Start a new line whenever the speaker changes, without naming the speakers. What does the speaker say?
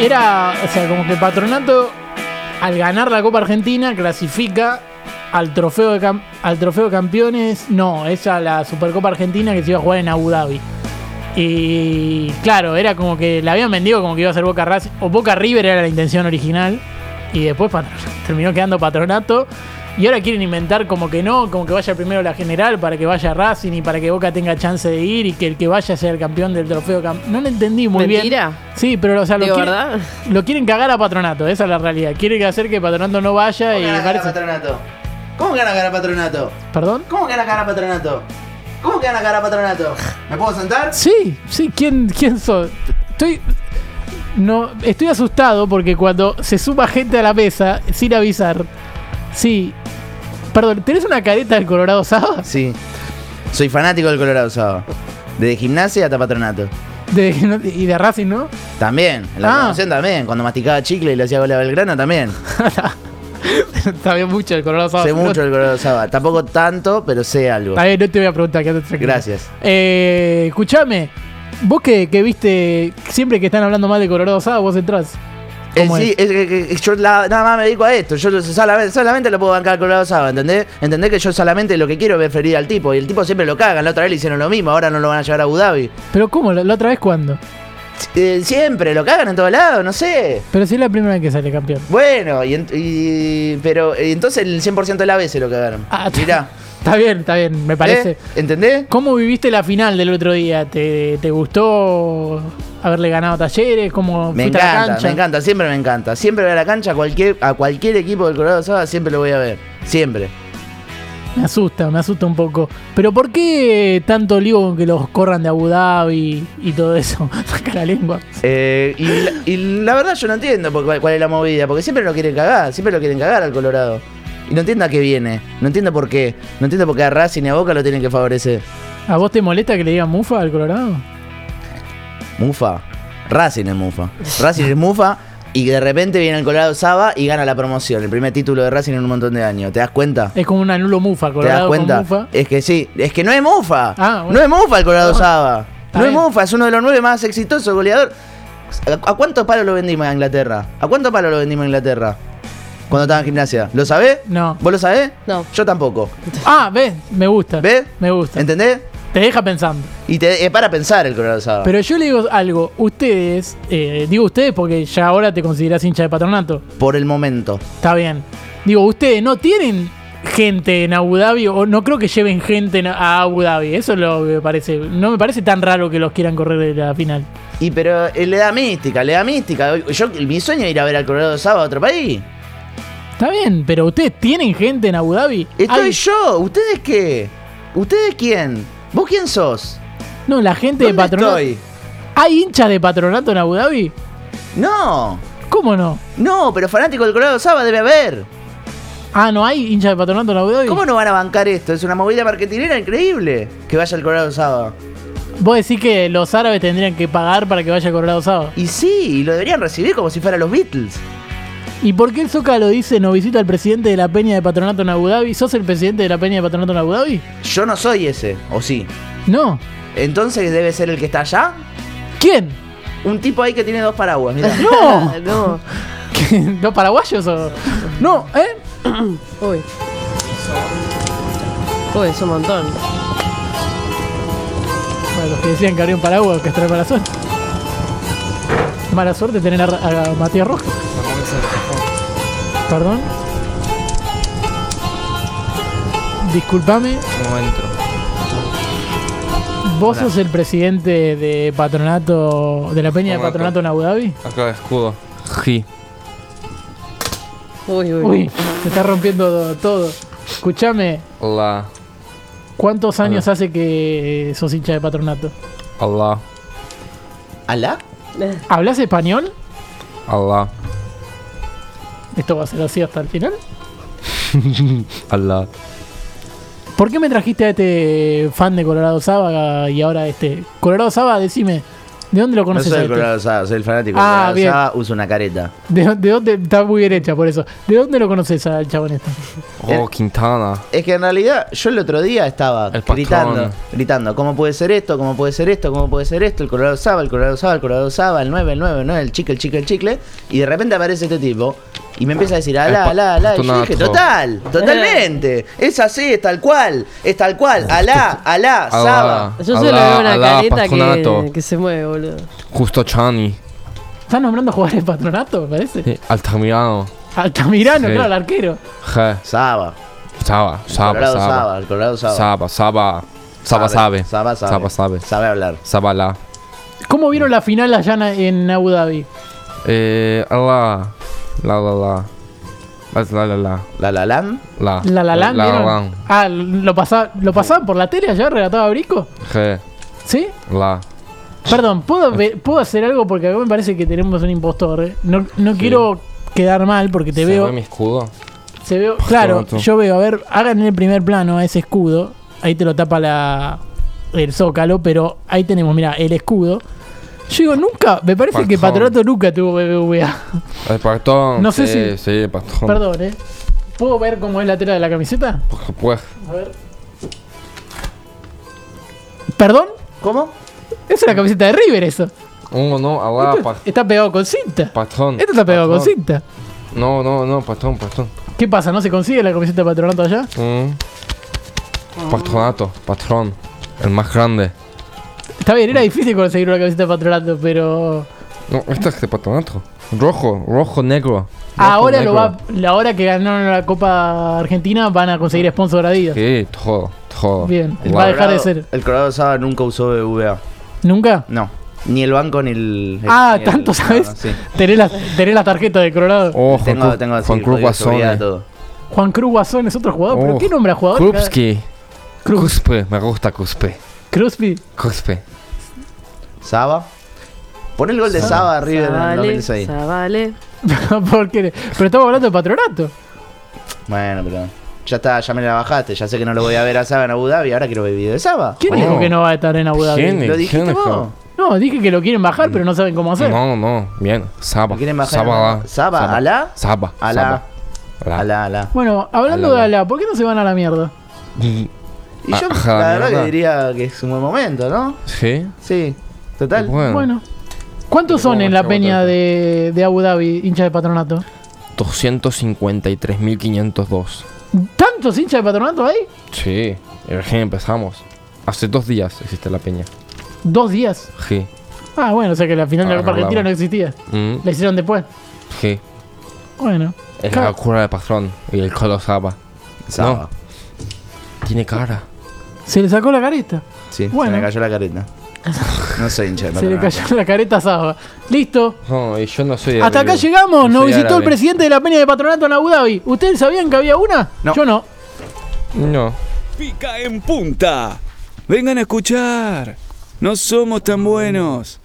era, o sea, como que Patronato, al ganar la Copa Argentina, clasifica al trofeo de, cam- al trofeo de campeones. No, es a la Supercopa Argentina que se iba a jugar en Abu Dhabi. Y claro, era como que la habían vendido como que iba a ser Boca Racing. O Boca River era la intención original. Y después Patro- terminó quedando Patronato. Y ahora quieren inventar como que no, como que vaya primero la general para que vaya Racing y para que Boca tenga chance de ir y que el que vaya sea el campeón del trofeo. cam- no lo entendí muy bien.
¿Mentira?
Sí, pero o sea, lo
Digo,
quieren-
¿verdad?
lo quieren cagar a Patronato, esa es la realidad. Quieren que hacer que Patronato no vaya
¿Cómo
y
gana cara
Barça-
patronato? ¿Cómo gana cara patronato?
¿Perdón?
¿Cómo gana cara patronato? ¿Cómo gana cara patronato? ¿Me puedo sentar?
Sí, sí, ¿quién, quién soy? Estoy. No, estoy asustado porque cuando se suma gente a la mesa sin avisar. Sí. Perdón, ¿tenés una careta del Colorado Saba?
Sí. Soy fanático del Colorado Usado. Desde gimnasia hasta patronato.
De- y de Racing, ¿no?
También, en la
Ah.
promoción también. Cuando masticaba chicle y le hacía gol a Belgrano también.
Sabía mucho del Colorado Saba.
sé mucho del Colorado Usado. Tampoco tanto, pero sé algo.
Está bien, no te voy a preguntar, quédate tranquilo.
Gracias.
Eh, escuchame, vos que, que viste, siempre que están hablando mal de Colorado Saba, vos entrás.
Eh,
¿Cómo
sí, es que- que- que yo la- nada más me dedico a esto. Yo lo- solamente, solamente lo puedo bancar al Colorado Saba, ¿entendés? ¿Entendés que yo solamente lo que quiero es preferir al tipo? Y el tipo siempre lo cagan. La otra vez le hicieron lo mismo, ahora no lo van a llevar a Abu Dhabi.
Pero ¿cómo? ¿La, la otra vez cuándo?
Eh, siempre, lo cagan en todos lados, no sé.
Pero si es la primera vez que sale campeón.
Bueno, y, ent- y- pero y entonces el 100% de las veces lo cagaron.
Ah, t-
Mirá.
Está bien, está bien, me parece.
¿eh? ¿Entendés?
¿Cómo viviste la final del otro día? ¿Te, te gustó haberle ganado a Talleres? ¿Cómo
Me
fuiste a la
encanta,
cancha?
me encanta, siempre me encanta. Siempre voy a la cancha, a cualquier, a cualquier equipo del Colorado Saba siempre lo voy a ver. Siempre.
Me asusta, me asusta un poco. Pero ¿por qué tanto lío con que los corran de Abu Dhabi y todo eso? Saca la lengua.
Eh, y, la, y la verdad yo no entiendo por cuál, cuál es la movida, porque siempre lo quieren cagar, siempre lo quieren cagar al Colorado. Y no entiendo a qué viene, no entiendo por qué, no entiendo por qué a Racing y a Boca lo tienen que favorecer.
¿A vos te molesta que le digan mufa al Colorado?
Mufa, Racing es Mufa, Racing es Mufa y de repente viene el Colorado Saba y gana la promoción, el primer título de Racing en un montón de años, ¿te das cuenta?
Es como un anulo mufa,
¿Te das
Colorado
cuenta?
con mufa.
Es que sí, es que no es Mufa,
Ah, bueno.
no es Mufa el Colorado
No.
Saba,
Está
no es
bien.
Mufa, es uno de los nueve más exitosos goleador. ¿A a cuántos palos lo vendimos a Inglaterra? ¿A cuántos palos lo vendimos a Inglaterra? Cuando estaba en gimnasia. ¿Lo sabés?
No.
¿Vos lo sabés?
No.
Yo tampoco.
Ah, ves, me gusta.
¿Ves?
Me gusta.
¿Entendés?
te deja pensando.
Y te, es para pensar el Colorado Saba.
Pero yo le digo algo, ustedes, eh, digo ustedes porque ya ahora te considerás hincha de patronato,
Por el momento.
está bien. Digo, ustedes no tienen gente en Abu Dhabi o no creo que lleven gente en- a Abu Dhabi, eso es lo que me parece, no me parece tan raro que los quieran correr de la final.
Y pero eh, le da mística, le da mística. Yo, mi sueño es ir a ver al Colorado Saba a otro país.
Está bien, pero ustedes tienen gente en Abu Dhabi.
Estoy
Hay-
yo. ¿Ustedes qué? ¿Ustedes quién? ¿Vos quién sos?
no, la gente de
¿Dónde
patronato.
estoy?
¿Hay hinchas de patronato en Abu Dhabi?
No.
¿Cómo no?
No, pero fanático del Colorado Saba debe haber.
Ah, no hay hinchas de patronato en Abu Dhabi.
¿Cómo no van a bancar esto? Es una movida marketinera increíble que vaya al Colorado Saba.
Vos decís que los árabes tendrían que pagar para que vaya Colorado Sábado.
Y sí, y lo deberían recibir como si fuera los Beatles.
¿Y por qué el Zócalo dice no visita al presidente de la peña de patronato en Abu Dhabi? ¿Sos el presidente de la peña de patronato en Abu Dhabi?
Yo no soy ese, o sí.
No.
Entonces debe ser el que está allá.
¿Quién?
Un tipo ahí que tiene dos paraguas, mirá.
¡No!
no.
¿Qué? ¿Los paraguayos o.? No, ¿eh?
Uy. Uy, es un montón.
Bueno, los que decían que habría un paraguas, que trae mala suerte. Mala suerte tener a, Ra- a Matías Rojas. Perdón. Disculpame,
Un momento.
¿vos sos el presidente de patronato. de la peña de patronato en Abu Dhabi?
Acá escudo. Sí.
Uy, uy.
Uy, se está rompiendo todo. Escúchame,
Allah.
¿Cuántos años hace que sos hincha de patronato?
Allah.
¿Alá?
¿Hablas español?
Allah.
Esto va a ser así hasta el final.
Allah.
¿Por qué me trajiste a este fan de Colorado Saba y ahora a este? Colorado Saba, decime, ¿De dónde lo
No
conoces a
soy el
este?
Colorado Sava, soy el fanático
Ah,
del Colorado
bien.
Sava, uso una careta.
¿De, de dónde? Está muy bien hecha por eso. ¿De dónde lo conoces al chabón este?
Oh, Quintana.
Es que en realidad yo el otro día estaba
El patrón.
gritando, gritando, ¿cómo puede ser esto? ¿Cómo puede ser esto? ¿Cómo puede ser esto? El Colorado Saba, el Colorado Saba, el Colorado Saba, el 9, el 9, ¿no? El chicle, el chicle, el chicle. Y de repente aparece este tipo y me empieza a decir, alá,
pa-
alá, alá. Y yo dije,
patronato.
total, totalmente. Es así, es tal cual, es tal cual. Alá, alá, Saba.
Yo solo
Alá,
veo una
alá,
careta que,
patronato.
que se mueve, boludo.
Justo Chani.
¿Estás nombrando jugadores de patronato, me parece?
Sí, Altamirano.
Altamirano,
Sí.
claro, el arquero.
Je.
Saba.
Saba, Saba,
Colorado
Saba.
Saba, el Colorado Saba.
Saba, Saba. Saba sabe.
Saba sabe.
Saba sabe.
Sabe hablar.
Saba la.
¿Cómo vieron la final allá na- en Abu Dhabi?
Eh, la. La, la, la. La, la, la, la.
La la lan.
La,
¿La La Land,
La
vieron?
Land.
Ah, ¿lo, pasa- ¿lo pasaban por la tele allá? ¿Relataba Brico?
Je.
¿Sí?
La.
Perdón, ¿puedo, ve- ¿puedo hacer algo? Porque acá me parece que tenemos un impostor. ¿eh? No, no quiero quedar mal porque te
¿Se
veo.
ve mi escudo?
Se veo. Claro,
Pronto.
yo veo. A ver, hagan en el primer plano a ese escudo. Ahí te lo tapa la el zócalo, pero ahí tenemos, mira, el escudo. Yo digo, nunca, me parece que
Patrón.
Patronato nunca tuvo BBVA.
El patrón.
No sé
Eh, sí,
si-
Sí, patrón. Pues,
Perdón, ¿eh? ¿Puedo ver cómo es la tela de la camiseta?
Por supuesto.
A ver. ¿Perdón?
¿Cómo?
Es una camiseta de River eso.
Oh, no, alá,
Esto
pa-
está pegado con cinta.
patrón.
Esto Este está pegado con
patrón.
cinta.
No, no, no, patrón, patrón.
¿Qué pasa? ¿No se consigue la camiseta de Patronato allá?
Mm.
Ah.
Patronato, patrón. El más grande.
Está bien,
Mm.
era difícil conseguir una camiseta de Patronato, pero...
No, este es de patronato. Rojo, rojo, negro.
Ah, Ahora
Rojo,
lo va,
negro.
la hora que ganaron la Copa Argentina van a conseguir sponsor Adidas.
Sí, todo, todo.
Bien,
Alá.
va a dejar de ser.
El Colorado Saba nunca usó BVA.
¿Nunca?
No. Ni el banco ni el.
Ah,
ni el-
tanto,
no,
¿sabes?
no, sí.
Tenés la, tenés la tarjeta de Colorado.
Oh, Juan
Tengo,
Cruz-
tengo
Juan
sí,
Cruz
código de seguridad,
Guasón. eh.
todo.
Juan Cruz Guasón es otro jugador. ¿Pero
Oh,
qué nombra jugador?
Krupski.
Cruz.
Cuspe, me gusta Cuspe.
Cruzpi.
Cuspe.
Saba. Pon el gol de Saba a River en el
Zavale,
2006.
Zavale.
¿Por qué? Pero estamos hablando de patronato.
Bueno, pero. Ya está, ya me la bajaste. Ya sé que no lo voy a ver a Saba en Abu Dhabi. Ahora quiero ver video de Saba.
¿Quién
Oh.
dijo que no va a estar en Abu Dhabi?
¿Quién?
Lo dijiste
¿Quién dijo?
vos.
No, dije que lo quieren bajar, pero no saben cómo hacer.
No, no, bien. Saba.
¿Lo quieren bajar?
Saba, alá.
Saba, alá.
Saba.
Alá.
Saba, alá.
Alá, alá.
Bueno, hablando
Alá,
de Alá, ¿por qué no se van a la mierda?
Mm,
Y yo,
Ajá,
la verdad,
mierda.
que diría que es un buen momento, ¿no?
Sí.
Sí. Total.
Bueno,
Bueno. ¿Cuántos
Pero
son
¿cómo
en
va a
la
llevar
peña
tanto?
de, de Abu Dhabi, hinchas de patronato?
253.502.
¿Tantos hinchas de patronato hay?
Sí, recién empezamos. Hace dos días existe la peña.
Dos días.
Sí.
Ah, bueno, o sea que la final de
Ah,
la Copa
no,
Argentina
la-
no existía.
Mm,
La hicieron después.
sí.
Bueno.
Es
Claro.
la cura de patrón y el colo Saba.
Saba.
Tiene cara.
Se le sacó la careta.
Sí,
Bueno.
se me cayó la careta. No soy hincha de
Se le
Patronato.
cayó la careta a Saba. Listo.
No, y yo no soy.
Hasta acá
árabe.
llegamos. Nos
Soy
visitó el
árabe.
presidente de la peña de patronato en Abu Dhabi. ¿Ustedes sabían que había una?
No.
Yo no.
No.
Pica en punta. Vengan a escuchar. No somos tan buenos.